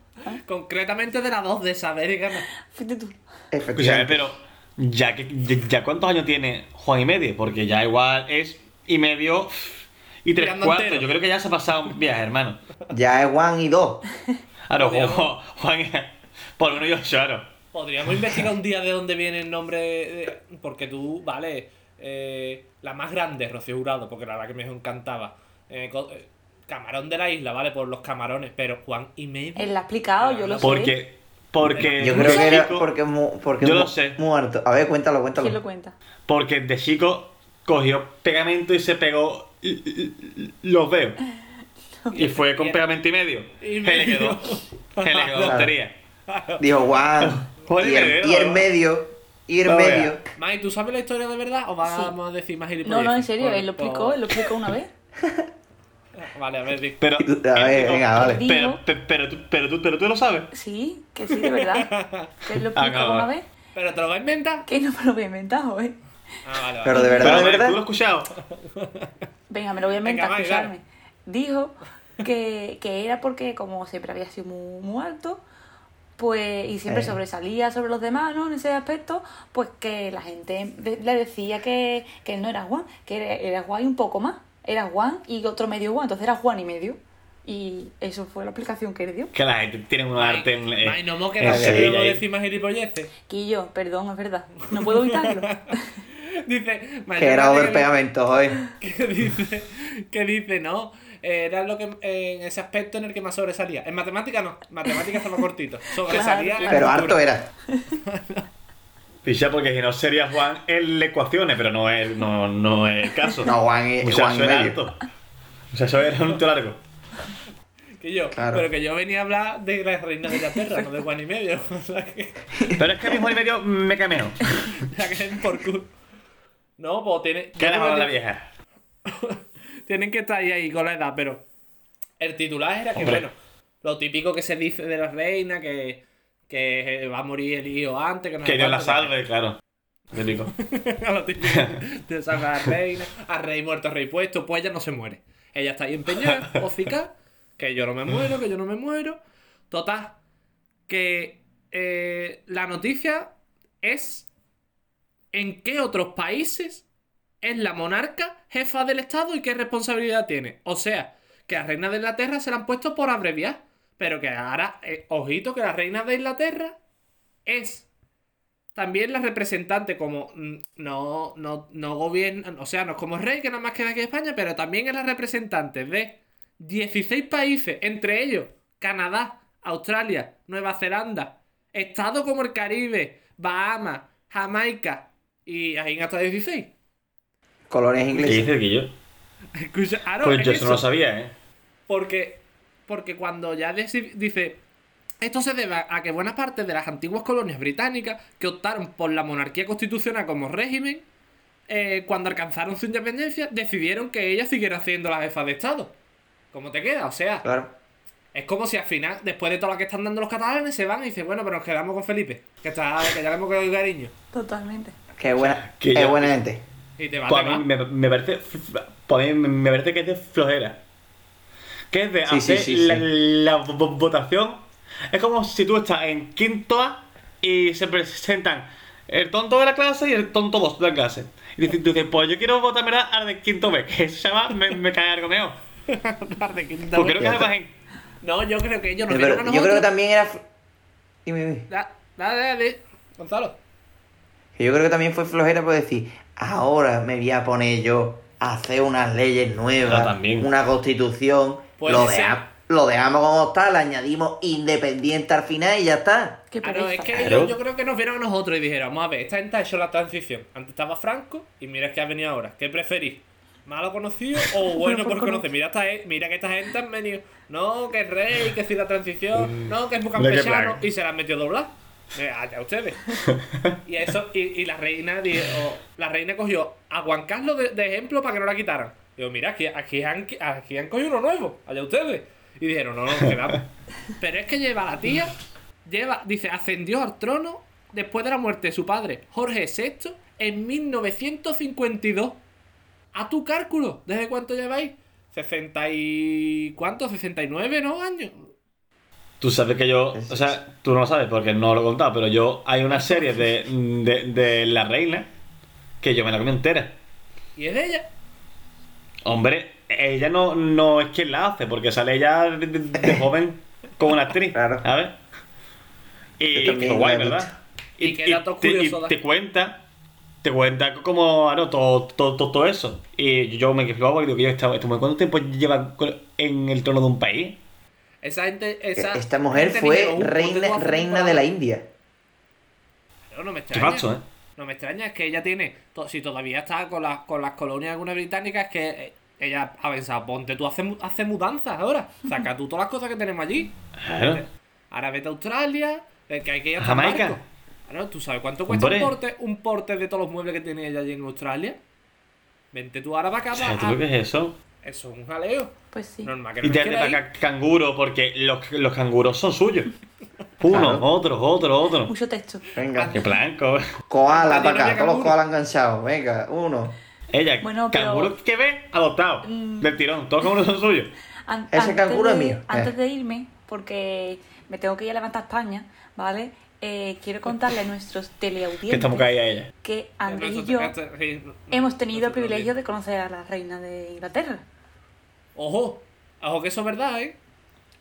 Speaker 1: Concretamente de la 2 de saber gana.
Speaker 2: Fuiste tú.
Speaker 5: Efectivamente.
Speaker 3: Escúchame, pero ya que ya, ya cuántos años tiene Juan y medio, porque ya igual es y medio y tres
Speaker 1: Tirando
Speaker 3: cuartos.
Speaker 1: entero.
Speaker 3: Yo creo que ya se ha pasado un viaje, hermano.
Speaker 5: Ya es Juan y 2.
Speaker 3: Ahora,
Speaker 1: Podríamos-
Speaker 3: Juan, Juan- por uno y ocho, claro.
Speaker 1: Podríamos investigar un día de dónde viene el nombre. de- porque tú, vale, eh, la más grande, Rocío Jurado, porque la verdad que me encantaba. Eh, co- eh, camarón de la isla, ¿vale? Por los camarones, pero Juan y medio.
Speaker 2: Él lo ha explicado, yo lo sé.
Speaker 3: Porque, porque,
Speaker 5: Yo
Speaker 3: de
Speaker 5: creo que era
Speaker 3: chico-
Speaker 5: porque, mu- porque
Speaker 3: Yo
Speaker 5: mu-
Speaker 3: lo sé.
Speaker 5: muerto. A ver, cuéntalo, cuéntalo.
Speaker 2: ¿Quién lo cuenta?
Speaker 3: porque de chico cogió pegamento y se pegó l- l- los dedos. Y
Speaker 1: *laughs*
Speaker 3: fue con pegamento y medio.
Speaker 1: Y
Speaker 3: Y
Speaker 1: medio.
Speaker 3: le quedó. Se le quedó tontería. *laughs*
Speaker 5: Dijo Juan.
Speaker 3: Joder,
Speaker 5: y, el,
Speaker 3: pero-
Speaker 5: y el medio. Y el
Speaker 3: No, vea.
Speaker 5: medio.
Speaker 1: Mai, ¿tú sabes la historia de verdad o vamos a decir más
Speaker 2: No,
Speaker 1: gilipollas?
Speaker 2: no, en serio, él lo explicó, él lo explicó una vez.
Speaker 1: Ah, Vale, a ver, di.
Speaker 3: Pero,
Speaker 5: A ver, venga, vale.
Speaker 3: pero, pero, pero, tú- pero, tú- pero tú lo sabes.
Speaker 2: Sí, que sí, de verdad. Que él lo explicó
Speaker 3: Acaba.
Speaker 2: una vez.
Speaker 1: ¿Pero te lo vas a inventar?
Speaker 2: Que no me lo había inventado, ¿eh?
Speaker 1: Ah, vale, vale.
Speaker 5: Pero de
Speaker 3: Pero,
Speaker 5: verdad, de
Speaker 3: Mike, ¿Tú lo
Speaker 5: verdad.
Speaker 3: has escuchado?
Speaker 2: Venga, me lo voy a inventar,
Speaker 1: Venga, va,
Speaker 2: escucharme.
Speaker 1: *laughs*
Speaker 2: Dijo que, que era porque, como siempre había sido muy, muy alto, pues, y siempre
Speaker 5: Eh.
Speaker 2: sobresalía sobre los demás, ¿no? En ese aspecto, pues que la gente de- le decía que, que él no era Juan, que era, era Juan y un poco más. Era Juan y otro medio Juan, entonces era Juan y medio. Y eso fue la explicación que él dio.
Speaker 3: Que la gente tiene un
Speaker 1: Mai,
Speaker 3: arte en.
Speaker 5: eh,
Speaker 1: Mai, no hemos
Speaker 3: en
Speaker 1: quedado que
Speaker 3: Sevilla
Speaker 1: íbamos a
Speaker 3: y-
Speaker 1: decir más gilipolleces. *laughs*
Speaker 2: Quillo, perdón, es verdad. No puedo evitarlo.
Speaker 1: dice,
Speaker 5: Que era
Speaker 1: "Mañana
Speaker 5: del
Speaker 1: te-
Speaker 5: pegamento hoy.
Speaker 1: *laughs* que dice, que dice, no, eh, era lo que en ese aspecto en el que más sobresalía. En matemática no, matemática estaba
Speaker 3: *laughs*
Speaker 1: cortito. Sobresalía. en
Speaker 5: Pero
Speaker 1: cultura.
Speaker 5: harto era.
Speaker 3: Y ya porque si no sería Juan en las ecuaciones, pero no es, no, no es el caso.
Speaker 5: No, Juan y-
Speaker 3: Muchacho
Speaker 5: Juan y
Speaker 3: era
Speaker 5: medio.
Speaker 3: alto. Muchacho era un tío largo.
Speaker 1: Que yo,
Speaker 5: Claro.
Speaker 1: pero que yo venía a hablar de las reinas de Inglaterra, no de Juan y medio. *laughs* O sea que,
Speaker 3: Pero es que a mí Juan y medio me cameo.
Speaker 1: la que den por culo. No, pues tiene.
Speaker 3: ¿Qué era
Speaker 1: yo creo
Speaker 3: la
Speaker 1: que-
Speaker 3: vieja?
Speaker 1: Tienen que estar ahí, ahí con la edad, pero. El titular era que,
Speaker 3: Hombre.
Speaker 1: bueno, lo típico que se dice de la reina, que, que va a morir el hijo antes, que no sé
Speaker 3: Que Dios la
Speaker 1: cuánto, que-
Speaker 3: salve, claro. Yo digo.
Speaker 1: *laughs* a lo típico. Te saca a la reina, a rey muerto, a rey puesto, pues ella no se muere. Ella está ahí empeñada, hocica, que yo no me muero, que yo no me muero. Total, que eh, la noticia es en qué otros países es la monarca jefa del Estado y qué responsabilidad tiene. O sea, que a la reina de Inglaterra se la han puesto por abreviar, pero que ahora, eh, ojito, que la reina de Inglaterra es también la representante como mm, no, no, no gobierna, o sea, no es como rey, que nada más queda aquí España, pero también es la representante de 16 países, entre ellos Canadá, Australia, Nueva Zelanda, estados como el Caribe, Bahamas, Jamaica, y ahí en hasta 16.
Speaker 5: Colonias
Speaker 3: ¿Qué
Speaker 5: inglesas.
Speaker 3: dices, Guillo?
Speaker 1: *laughs* Escucha, ah, no,
Speaker 3: Pues
Speaker 1: es
Speaker 3: yo eso no lo
Speaker 1: eso.
Speaker 3: sabía, ¿eh?
Speaker 1: Porque, porque cuando ya deci- dice, esto se debe a que buena parte de las antiguas colonias británicas que optaron por la monarquía constitucional como régimen, eh, cuando alcanzaron su independencia, decidieron que ella siguiera siendo la jefa de Estado. ¿Cómo te queda? O sea,
Speaker 5: Claro.
Speaker 1: es como si al final, después de todo lo que están dando los catalanes, se van y dicen, bueno, pero nos quedamos con Felipe, que, está, que ya le hemos quedado cariño.
Speaker 2: Totalmente.
Speaker 5: Qué buena,
Speaker 3: que
Speaker 5: qué
Speaker 3: yo-
Speaker 5: buena gente.
Speaker 1: Y te va,
Speaker 3: Pues
Speaker 1: te
Speaker 3: a mí
Speaker 1: va.
Speaker 3: me, me parece. pues a mí me parece que es de flojera. Que es de
Speaker 5: Sí, sí,
Speaker 3: hacer
Speaker 5: sí,
Speaker 3: la,
Speaker 5: sí.
Speaker 3: la vo- votación. Es como si tú estás en quinto A y se presentan el tonto de la clase y el tonto 2 de la clase. Y dices, tú dices, pues yo quiero votarme al de quinto B, *laughs* que se llama Me, me cae algo meo.
Speaker 1: Tarde, quinta
Speaker 3: Porque
Speaker 1: vez.
Speaker 3: Pues creo que además en.
Speaker 1: No, yo creo que ellos nos
Speaker 5: Pero
Speaker 1: vieron a
Speaker 5: yo creo que
Speaker 1: nosotros.
Speaker 5: también era. fl- Dime, dime.
Speaker 1: Da- Dale, dale, Gonzalo.
Speaker 5: Que Yo creo que también fue flojera por decir, ahora me voy a poner yo a hacer unas leyes nuevas,
Speaker 3: Ah, también. Pues
Speaker 5: una constitución.
Speaker 1: Puede
Speaker 5: lo,
Speaker 1: ser.
Speaker 5: deja- lo dejamos como está, le añadimos independiente al final y ya está.
Speaker 2: Qué
Speaker 1: Ah, no, es
Speaker 2: pereza.
Speaker 1: que
Speaker 3: Claro.
Speaker 1: yo, yo creo que nos vieron a nosotros y dijeron, vamos a ver, esta gente ha hecho la transición. Antes estaba Franco y mira que ha venido ahora. ¿Qué preferís? ¿Malo conocido o bueno por conocer? Mira, esta, gen- mira que esta gente han venido. No, que es rey, que si la transición. Mm. No, que es muy
Speaker 3: Mira qué
Speaker 1: campechano.
Speaker 3: plan.
Speaker 1: Y se la han metido doblar. Eh, Allá *laughs* ustedes. Y eso, y, y la reina dijo, la reina cogió a Juan Carlos de, de ejemplo para que no la quitaran. Digo, mira, aquí, aquí, han, aquí han cogido uno nuevo, allá ustedes. Y dijeron, no, no, quedamos. *laughs* Pero es que lleva a la tía, lleva, dice, ascendió al trono después de la muerte de su padre, Jorge VI, en 1952. A tu cálculo, ¿desde cuánto lleváis? 60 y... ¿Cuánto? 69, ¿no? Años.
Speaker 3: Tú sabes que yo, o sea, tú no lo sabes porque no lo he contado, pero yo hay una serie de, de, de La Reina que yo me la comí entera.
Speaker 1: Y es de ella.
Speaker 3: Hombre, ella no, no es quien la hace, porque sale ella de, de- de joven como una actriz.
Speaker 5: Claro.
Speaker 3: ¿Sabes? Y
Speaker 5: Yo también
Speaker 3: fue guay,
Speaker 5: la he
Speaker 3: ¿verdad?
Speaker 1: Y qué dato
Speaker 3: te,
Speaker 1: curioso da.
Speaker 3: te cuenta, te cuenta como, ah, no, todo, todo, todo, todo eso. Y yo me quedé flipado porque digo, yo, esta, esta mujer, ¿cuánto tiempo lleva con- en el trono de un país?
Speaker 1: Esa gente... Esa,
Speaker 5: Esta mujer
Speaker 1: gente
Speaker 5: fue
Speaker 1: dijeron, "Uh, tengo
Speaker 5: reina,
Speaker 1: hace
Speaker 5: reina
Speaker 1: temporada".
Speaker 5: de la India.
Speaker 1: No, no me
Speaker 3: Qué
Speaker 1: extraña.
Speaker 3: macho, ¿eh?
Speaker 1: No me extraña, es que ella tiene. to- si todavía está con, las con las colonias algunas británicas, es que eh, ella ha pensado, ponte tú hace, mu- hace mudanzas ahora. Saca tú todas las cosas que tenemos allí.
Speaker 3: Claro.
Speaker 1: Ahora vete a Australia, eh, que hay que ir a
Speaker 3: Jamaica.
Speaker 1: Claro, tú sabes cuánto cuesta
Speaker 3: Hombre.
Speaker 1: un porte, un porte de todos los muebles que tiene ella allí en Australia. Vente tú ahora para acá.
Speaker 3: ¿Sabes
Speaker 1: pa-
Speaker 3: tú lo que es eso?
Speaker 1: a- Eso es un jaleo.
Speaker 2: Pues sí.
Speaker 1: Normal que no
Speaker 3: Y te
Speaker 1: me quiera
Speaker 3: para
Speaker 1: ir.
Speaker 3: acá canguro, porque los, los canguros son suyos. Uno,
Speaker 5: Claro.
Speaker 3: otro, otro, otro.
Speaker 2: Mucho texto.
Speaker 5: Venga,
Speaker 3: Qué blanco.
Speaker 1: Antes
Speaker 5: koala
Speaker 1: no
Speaker 5: para acá,
Speaker 1: había
Speaker 5: todos los
Speaker 1: canguro.
Speaker 5: koalas enganchados. Venga, uno.
Speaker 3: Ella,
Speaker 2: Bueno, pero- Mm.
Speaker 3: canguro que ve, adoptado. Del tirón, todos los canguros son suyos.
Speaker 2: An-
Speaker 5: Ese canguro
Speaker 2: de,
Speaker 5: es mío.
Speaker 2: Antes
Speaker 5: Eh.
Speaker 2: de irme, porque me tengo que ir a levantar a España, ¿vale? Eh, quiero contarle a nuestros
Speaker 3: Que estamos
Speaker 2: teleaudientes
Speaker 3: caídos a ella.
Speaker 2: que
Speaker 1: Pero
Speaker 2: Andrés y
Speaker 1: eso-
Speaker 2: yo
Speaker 1: esto- sí, no-
Speaker 2: hemos
Speaker 1: no-
Speaker 2: tenido el
Speaker 1: nosotros
Speaker 2: privilegio
Speaker 1: bien.
Speaker 2: de conocer a la reina de Inglaterra.
Speaker 1: Ojo, ojo que eso es verdad, ¿eh?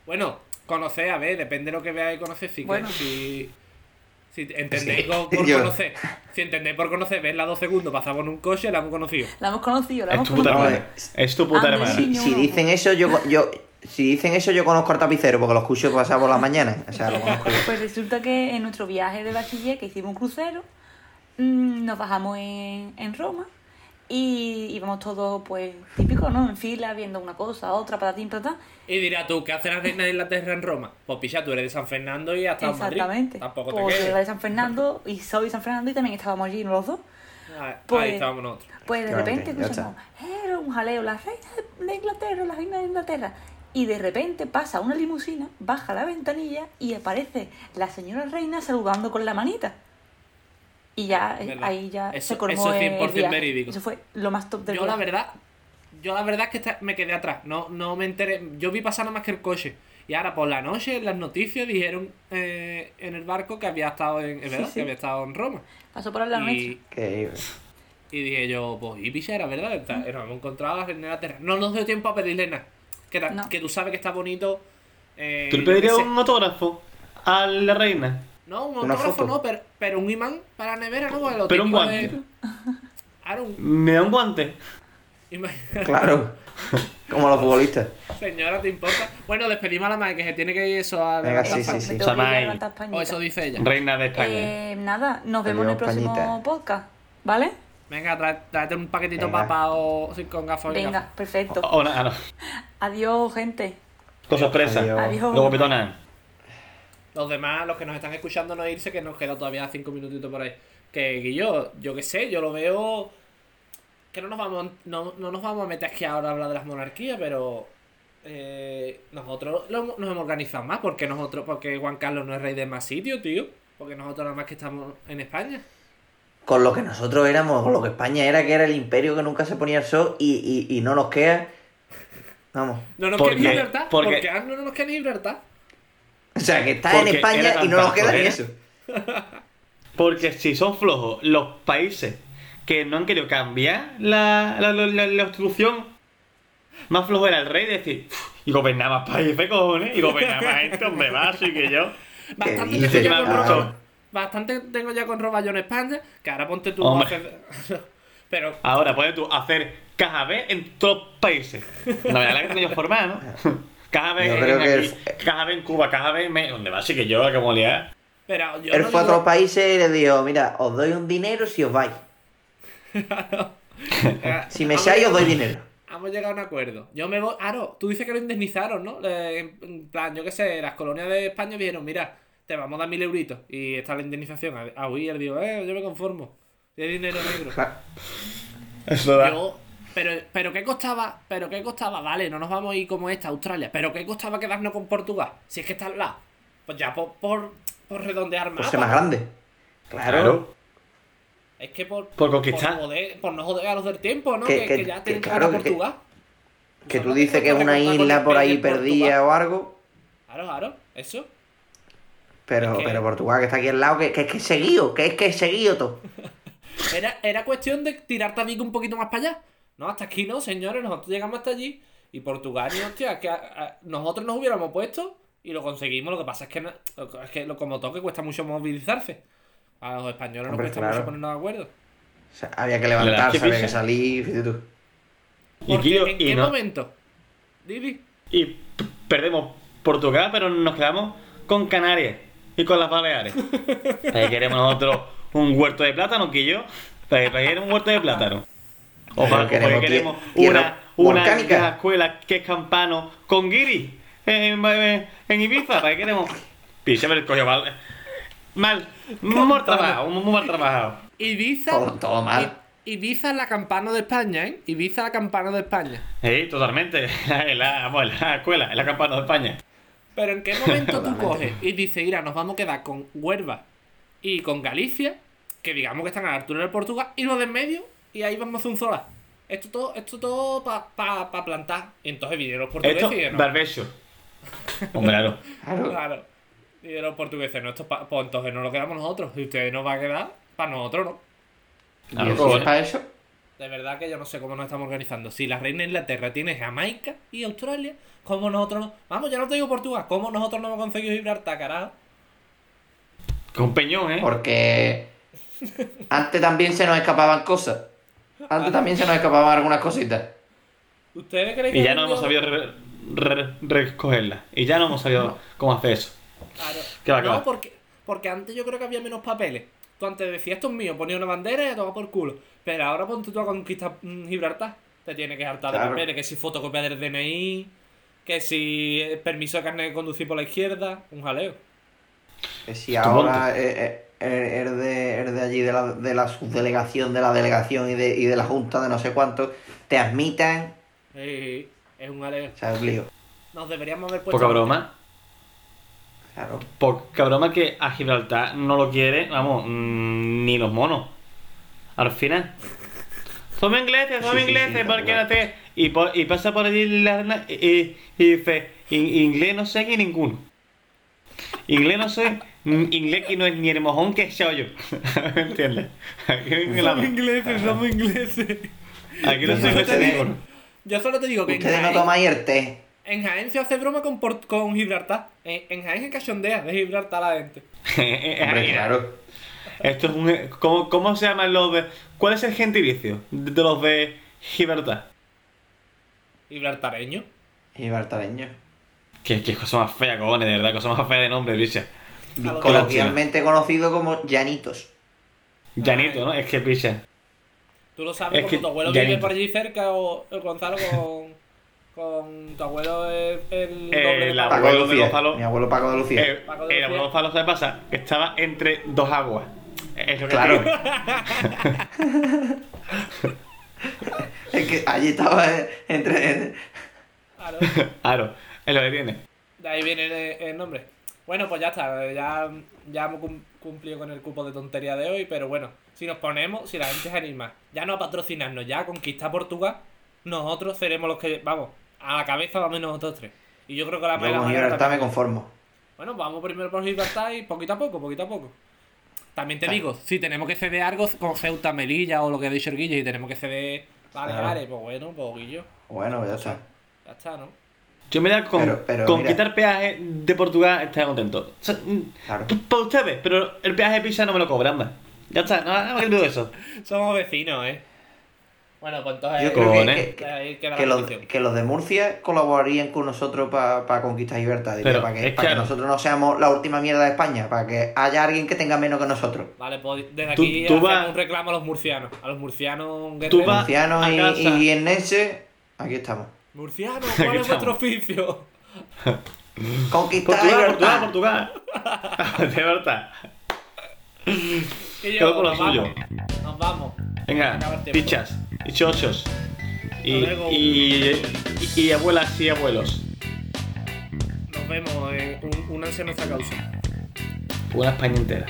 Speaker 1: Bueno, conocer, a ver, depende de lo que veáis y conocer. Si,
Speaker 2: Bueno.
Speaker 1: si, Si entendéis
Speaker 5: Sí.
Speaker 1: por,
Speaker 3: *laughs*
Speaker 1: por
Speaker 5: Yo-
Speaker 1: conocer, si entendéis por conocer, verla dos segundos, pasamos en un coche, la hemos conocido.
Speaker 2: La hemos conocido, la
Speaker 3: Es
Speaker 2: hemos
Speaker 3: tu puta
Speaker 5: no,
Speaker 2: conocido.
Speaker 3: hermana. Es tu puta
Speaker 2: Ande,
Speaker 3: hermana.
Speaker 2: Ah, sí.
Speaker 5: Si, si dicen eso, yo, yo, si dicen eso, yo conozco al tapicero, porque lo escucho pasar por las mañanas. O sea, lo conozco.
Speaker 2: Pues resulta que en nuestro viaje de bachiller, que hicimos un crucero, mm, nos bajamos en, en Roma y íbamos todos, pues, típico, ¿no? En fila, viendo una cosa, otra, patatín, patatán.
Speaker 1: Y dirá tú, ¿qué hace la reina de Inglaterra en Roma? Pues picha, tú eres de San Fernando y has estado en Madrid.
Speaker 2: Exactamente.
Speaker 1: Tampoco te
Speaker 2: Pues yo era de
Speaker 1: quedes.
Speaker 2: San Fernando y soy de San Fernando y también estábamos allí los dos.
Speaker 1: Ah,
Speaker 2: Pues-
Speaker 1: Ahí estábamos nosotros.
Speaker 2: Pues de
Speaker 5: Claro,
Speaker 2: repente
Speaker 5: ya
Speaker 2: escuchamos, era un jaleo, la reina de- de Inglaterra, la reina de Inglaterra. Y de repente pasa una limusina, baja la ventanilla y aparece la señora reina saludando con la manita. Y ya, eh,
Speaker 1: Verdad.
Speaker 2: ahí ya
Speaker 1: Eso-
Speaker 2: se colmó
Speaker 1: eso es
Speaker 2: el
Speaker 1: 100%
Speaker 2: viaje.
Speaker 1: verídico.
Speaker 2: Eso fue lo más top del
Speaker 1: Yo la
Speaker 2: viaje.
Speaker 1: verdad, yo la verdad es que esta- me quedé atrás. No, no me enteré. Yo vi pasar nada más que el coche. Y ahora por la noche en las noticias dijeron eh, en el barco que había estado en, es verdad,
Speaker 2: sí.
Speaker 1: que había estado en Roma.
Speaker 2: Pasó por la
Speaker 1: Y,
Speaker 2: nuestra.
Speaker 5: Que-
Speaker 1: y dije yo, pues y picha era verdad, Está- nos hemos encontrado en la tierra. No nos dio tiempo a pedirle nada. Que, ta-
Speaker 2: No.
Speaker 1: que tú sabes que está bonito. eh,
Speaker 3: ¿Tú le
Speaker 1: yo qué
Speaker 3: pedirías
Speaker 1: sé.
Speaker 3: un autógrafo a la reina?
Speaker 1: No, un
Speaker 5: Una
Speaker 1: autógrafo
Speaker 5: foto.
Speaker 1: no, pero, pero un imán para nevera, ¿no? Porque lo
Speaker 3: Pero un
Speaker 1: típico
Speaker 3: guante.
Speaker 1: de- Ahora un...
Speaker 3: ¿Me da un guante?
Speaker 1: imagina-
Speaker 5: claro. Como los futbolistas.
Speaker 1: *laughs* Señora, ¿te importa? Bueno, despedimos a la madre que se tiene que ir eso a la
Speaker 5: Venga, Ah, sí,
Speaker 1: fama.
Speaker 5: sí, sí.
Speaker 2: Me tengo que
Speaker 3: Samay.
Speaker 2: levantar
Speaker 1: O Oh, eso
Speaker 2: pañita.
Speaker 1: dice ella.
Speaker 3: Reina de España.
Speaker 2: Eh, nada, nos vemos en el
Speaker 5: Adiós,
Speaker 2: próximo
Speaker 5: pañita.
Speaker 2: podcast, ¿vale?
Speaker 1: Venga, tra- tráete un paquetito
Speaker 5: Venga.
Speaker 1: papa o sí, con Oh, gafas. y
Speaker 2: Venga,
Speaker 1: gafas.
Speaker 2: perfecto.
Speaker 3: O- o na- ah, no.
Speaker 2: Adiós, gente.
Speaker 3: Con sorpresa.
Speaker 5: Adiós.
Speaker 2: Adiós.
Speaker 3: Luego petonan.
Speaker 1: Los demás, los que nos están escuchando no irse, que nos queda todavía cinco minutitos por ahí. Que Guillo, yo qué sé, yo lo veo... Que no nos vamos, no, no nos vamos a meter aquí ahora a hablar de las monarquías, pero... eh, nosotros lo hemos- nos hemos organizado más, porque nosotros, porque Juan Carlos no es rey de más sitio, tío. Porque nosotros nada más que estamos en España.
Speaker 5: Con lo que nosotros éramos, con lo que España era, que era el imperio que nunca se ponía el sol y, y, y no nos queda. Vamos.
Speaker 1: No nos
Speaker 3: ¿Por
Speaker 1: quieren
Speaker 3: qué?
Speaker 1: libertad,
Speaker 3: ¿Por
Speaker 1: porque,
Speaker 3: qué?
Speaker 1: ahora no nos quieren libertad.
Speaker 5: O sea, que está en
Speaker 3: Porque era
Speaker 5: España
Speaker 3: tan
Speaker 5: y no nos queda ni
Speaker 3: pastorera.
Speaker 5: eso.
Speaker 3: Porque si son flojos los países que no han querido cambiar la, la, la, la- la constitución, más flojo era el rey de decir, y gobernaba más países, cojones, y gobernaba más gente, hombre, más, y que yo.
Speaker 1: Bastante
Speaker 5: dices,
Speaker 1: tengo, ya con
Speaker 3: cabrón?
Speaker 1: Roba- bastante tengo ya con Roballón España, que ahora ponte tú
Speaker 3: Hombre.
Speaker 1: haces- *laughs* Pero
Speaker 3: Ahora puedes tú hacer caja B en todos los países. La verdad es que tenéis formar, ¿no? Caja B,
Speaker 5: Yo
Speaker 3: en
Speaker 5: creo que
Speaker 3: aquí,
Speaker 5: es-
Speaker 3: caja B en Cuba, caja B en... Me- ¿Dónde va? Sí que yo, que molía.
Speaker 1: pero yo
Speaker 5: Él
Speaker 1: no
Speaker 5: fue a
Speaker 1: digo-
Speaker 5: otros países y le dijo, mira, os doy un dinero si os vais.
Speaker 1: Ah,
Speaker 5: Si me
Speaker 1: hemos
Speaker 5: seáis, os
Speaker 1: llegado-
Speaker 5: doy dinero.
Speaker 1: Hemos llegado a un acuerdo. Yo me voy. Aro, tú dices que lo indemnizaron, ¿no? Le- En en plan, yo qué sé, las colonias de España dijeron, mira, te vamos a dar mil euritos. Y está la indemnización. A- A huir, digo, eh, yo me conformo. De dinero negro.
Speaker 3: Eso da.
Speaker 1: Yo- pero, pero qué costaba, pero qué costaba, vale, no nos vamos a ir como esta, a Australia, pero qué costaba quedarnos con Portugal, si es que está al lado. Pues ya por, por, por redondear
Speaker 5: Por
Speaker 1: más.
Speaker 5: ser Pues más grande. Claro.
Speaker 1: Es que por,
Speaker 3: Por conquistar.
Speaker 1: Por, joder- por no joder a los del tiempo, ¿no?
Speaker 5: Que-
Speaker 1: Que,
Speaker 5: que-
Speaker 1: que ya
Speaker 5: que
Speaker 1: tienen que
Speaker 5: claro,
Speaker 1: ganar
Speaker 5: que-
Speaker 1: Portugal.
Speaker 5: Que
Speaker 1: No,
Speaker 5: tú
Speaker 1: no,
Speaker 5: dices
Speaker 1: no
Speaker 5: que es
Speaker 1: te
Speaker 5: una
Speaker 1: contar con
Speaker 5: isla
Speaker 1: el
Speaker 5: por
Speaker 1: pez
Speaker 5: ahí
Speaker 1: en Portugal.
Speaker 5: perdida o algo.
Speaker 1: Claro, claro, eso.
Speaker 5: Pero,
Speaker 1: Es que-
Speaker 5: pero Portugal, que está aquí al lado, que, que es que es seguido, que es que es seguido todo.
Speaker 1: Era, era cuestión de tirar tabique un poquito más para allá. No, hasta aquí no, señores, nosotros llegamos hasta allí. Y Portugal, y hostia, que a- a- nosotros nos hubiéramos puesto y lo conseguimos. Lo que pasa es que, no- es que lo- como toque cuesta mucho movilizarse. A los españoles nos
Speaker 5: Hombre,
Speaker 1: cuesta
Speaker 5: claro.
Speaker 1: mucho ponernos de acuerdo.
Speaker 5: O sea, había que
Speaker 3: Claro,
Speaker 5: levantarse,
Speaker 3: qué
Speaker 5: había que
Speaker 3: pisa.
Speaker 5: salir, fíjate tú.
Speaker 3: Y,
Speaker 1: Porque,
Speaker 3: Guillo,
Speaker 1: ¿En
Speaker 3: y
Speaker 1: qué
Speaker 3: no-
Speaker 1: momento? Didi.
Speaker 3: y p- perdemos Portugal, pero nos quedamos con Canarias y con las Baleares.
Speaker 5: *laughs*
Speaker 3: Ahí queremos nosotros un huerto de plátano, que yo. Para que era un huerto de plátano. O para
Speaker 5: Pero
Speaker 3: que
Speaker 5: queremos
Speaker 3: queremos
Speaker 5: tie-
Speaker 3: una,
Speaker 5: tierra
Speaker 3: una
Speaker 5: volcánica.
Speaker 3: de las escuelas que es campano con Guiri en, en- en Ibiza. Para que queremos. Picha, me cogió mal. Mal, mal trabajado, muy mal trabajado.
Speaker 1: Ibiza.
Speaker 5: Todo- todo mal.
Speaker 1: I- Ibiza es la campana de España, ¿eh? Ibiza es la campana de España.
Speaker 3: Sí, totalmente. *laughs* En la, bueno, en la escuela, en la campana de España.
Speaker 1: Pero ¿en qué momento tú coges y dices, mira, nos vamos a quedar con Huelva y con Galicia, que digamos que están a la altura de Portugal, y los de en medio, y ahí vamos a un sola? Esto todo, esto todo para pa, pa plantar. Y entonces vinieron los portugueses
Speaker 3: Esto,
Speaker 1: y dijeron,
Speaker 3: barbecho. Hombre, claro.
Speaker 5: Claro.
Speaker 1: claro. Y de los portugueses, no, esto pa- pues entonces no lo quedamos nosotros. Y ustedes nos va a quedar para nosotros, ¿no?
Speaker 5: ¿Y
Speaker 3: Claro, ¿eh?
Speaker 5: eso es
Speaker 3: cojones.
Speaker 5: para eso?
Speaker 1: De verdad que yo no sé cómo nos estamos organizando. Si la reina de Inglaterra tiene Jamaica y Australia, ¿cómo nosotros no? Vamos, ya no te digo Portugal, ¿cómo nosotros no hemos conseguido Gibraltar, carajo?
Speaker 3: Que un peñón, ¿eh?
Speaker 5: Porque antes también se nos escapaban cosas. Antes también se nos escapaban algunas cositas.
Speaker 1: ¿Ustedes creen que
Speaker 3: Y ya no
Speaker 1: algún
Speaker 3: hemos
Speaker 1: día-
Speaker 3: sabido re- re- recogerla. Y ya no hemos sabido cómo hacer eso.
Speaker 1: Claro.
Speaker 3: ¿Qué va, qué
Speaker 1: no,
Speaker 3: va?
Speaker 1: porque, porque antes yo creo que había menos papeles. Tú antes decías, esto es mío, ponía una bandera y a tomar por culo. Pero ahora ponte tú a conquistar mm, Gibraltar. Te tienes que hartar de
Speaker 5: Claro.
Speaker 1: papeles, que si fotocopia del DNI, que si eh, permiso de carnet de conducir por la izquierda, un jaleo.
Speaker 5: Que si
Speaker 3: Tú
Speaker 5: ahora eh, eh, eh, es de, es de allí, de la, de la subdelegación, de la delegación y de, y de la junta de no sé cuánto, te admitan.
Speaker 1: Sí, Eh, es un jaleo.
Speaker 5: O sea, es un lío.
Speaker 1: Nos deberíamos haber puesto.
Speaker 3: Poca broma.
Speaker 5: Claro.
Speaker 3: Poca broma que a Gibraltar no lo quiere, vamos, mm, ni los monos. Al final. Somos ingleses, somos
Speaker 5: Sí, sí, sí,
Speaker 3: ingleses,
Speaker 5: tal
Speaker 3: ¿por qué
Speaker 5: cual.
Speaker 3: no te...? Y, po- y pasa por allí la reina y, y- y dice, "In- inglés no sé ni ninguno. Inglés no sé, mm, inglés que no es ni el mojón que he yo. *laughs* ¿Me entiendes? Aquí, en la-
Speaker 1: Somos ingleses, somos ingleses.
Speaker 3: aquí no sé inglés
Speaker 5: Ustedes-
Speaker 3: ninguno.
Speaker 1: Yo solo te digo que en
Speaker 5: Ustedes no
Speaker 1: Jaén,
Speaker 5: tomáis el té.
Speaker 1: en Jaén se hace broma con, Port- con Gibraltar. En, en Jaén se cachondea de Gibraltar a la gente.
Speaker 3: *laughs* Eh,
Speaker 5: Hombre, claro.
Speaker 3: Esto es un... eh, ¿Cómo, cómo se llaman los de...? ¿Cuál es el gentilicio de de los de Gibraltar?
Speaker 1: Gibraltareño.
Speaker 5: Gibraltareño.
Speaker 3: Que, que cosa más fea, cojones, de verdad, cosa más fea de nombre, bicha.
Speaker 1: Claro.
Speaker 5: Coloquialmente conocido como llanitos.
Speaker 3: Llanito, ¿no? Es que bicha.
Speaker 1: Tú lo sabes,
Speaker 3: Es
Speaker 1: como
Speaker 3: que
Speaker 1: tu abuelo
Speaker 3: ya
Speaker 1: vive
Speaker 3: ni-
Speaker 1: por allí cerca, o, o Gonzalo con, con tu abuelo es el
Speaker 3: Eh,
Speaker 1: doble de
Speaker 3: la
Speaker 1: Paco.
Speaker 5: Paco de
Speaker 3: Abuelo de
Speaker 5: Lucía.
Speaker 3: Gonzalo.
Speaker 5: Mi abuelo Paco de Lucía.
Speaker 3: Eh,
Speaker 1: Paco de
Speaker 3: el
Speaker 1: Lucía.
Speaker 3: abuelo Gonzalo, ¿sabes pasa? Que estaba entre dos aguas. Es lo que *laughs*
Speaker 5: Claro.
Speaker 3: te digo.
Speaker 5: *laughs* Es que allí estaba eh, entre.
Speaker 1: Claro,
Speaker 3: Claro, es lo que tiene.
Speaker 1: de ahí viene el, el nombre. Bueno, pues ya está, eh, ya, ya hemos cum- cumplido con el cupo de tontería de hoy, pero bueno, si nos ponemos, si la gente se anima, ya no a patrocinarnos, ya a conquistar Portugal, nosotros seremos los que, vamos, a la cabeza vamos nosotros tres. Y yo creo que la
Speaker 5: Yo
Speaker 1: la
Speaker 5: con
Speaker 1: manera
Speaker 5: Gibraltar me
Speaker 1: también-
Speaker 5: conformo.
Speaker 1: Bueno, vamos primero por Gibraltar y poquito a poco, poquito a poco. También te digo, si tenemos que ceder algo con Ceuta, Melilla o lo que ha dicho el Guille, y tenemos que ceder vale,
Speaker 5: Claro.
Speaker 1: vale, pues bueno, pues Guillo,
Speaker 5: Bueno, ya está.
Speaker 1: ya está, ¿no?
Speaker 3: Yo mira, con,
Speaker 5: Pero- pero
Speaker 3: con
Speaker 5: mira.
Speaker 3: quitar peaje de Portugal estaría contento. O sea, mm,
Speaker 5: Claro.
Speaker 3: p- Para ustedes, pero el peaje de pizza no me lo cobran más. Ya está, nada más que digo eso.
Speaker 1: Somos vecinos, ¿eh? Bueno, pues entonces...
Speaker 5: Yo creo
Speaker 3: Con,
Speaker 5: que,
Speaker 3: eh.
Speaker 5: que- que-
Speaker 1: ahí queda la
Speaker 5: que los,
Speaker 1: conclusión.
Speaker 5: que los de Murcia colaborarían con nosotros para conquistar libertad.
Speaker 3: Pero
Speaker 5: Para que,
Speaker 3: es
Speaker 5: pa'
Speaker 3: que-
Speaker 5: que nosotros no seamos la última mierda de España. Para que haya alguien que tenga menos que nosotros.
Speaker 1: Vale, pues desde
Speaker 3: Tú-
Speaker 1: aquí
Speaker 3: tú
Speaker 1: hacemos
Speaker 3: vas-
Speaker 1: un reclamo a los murcianos. A los murcianos
Speaker 3: Tú
Speaker 1: guerreros.
Speaker 3: vas-
Speaker 5: Murcianos
Speaker 3: a
Speaker 5: y,
Speaker 3: casa.
Speaker 5: y guienenses, aquí estamos.
Speaker 3: *laughs*
Speaker 1: Murcianos, ¿cuál
Speaker 3: Aquí
Speaker 1: es vuestro
Speaker 3: estamos.
Speaker 1: oficio?
Speaker 5: Conquistar
Speaker 3: Portugal,
Speaker 5: libertad.
Speaker 3: Portugal,
Speaker 5: *laughs*
Speaker 3: Portugal. *laughs* De verdad.
Speaker 1: Que yo,
Speaker 3: Cada uno lo
Speaker 1: nos
Speaker 3: suyo.
Speaker 1: vamos, Nos vamos.
Speaker 3: Venga,
Speaker 1: Acaba el tiempo.
Speaker 3: pichas, y chochos, y,
Speaker 1: Hasta luego.
Speaker 3: y, y, y abuelas y abuelos.
Speaker 1: Nos vemos. Eh, un, únanse a nuestra causa.
Speaker 3: Una España entera.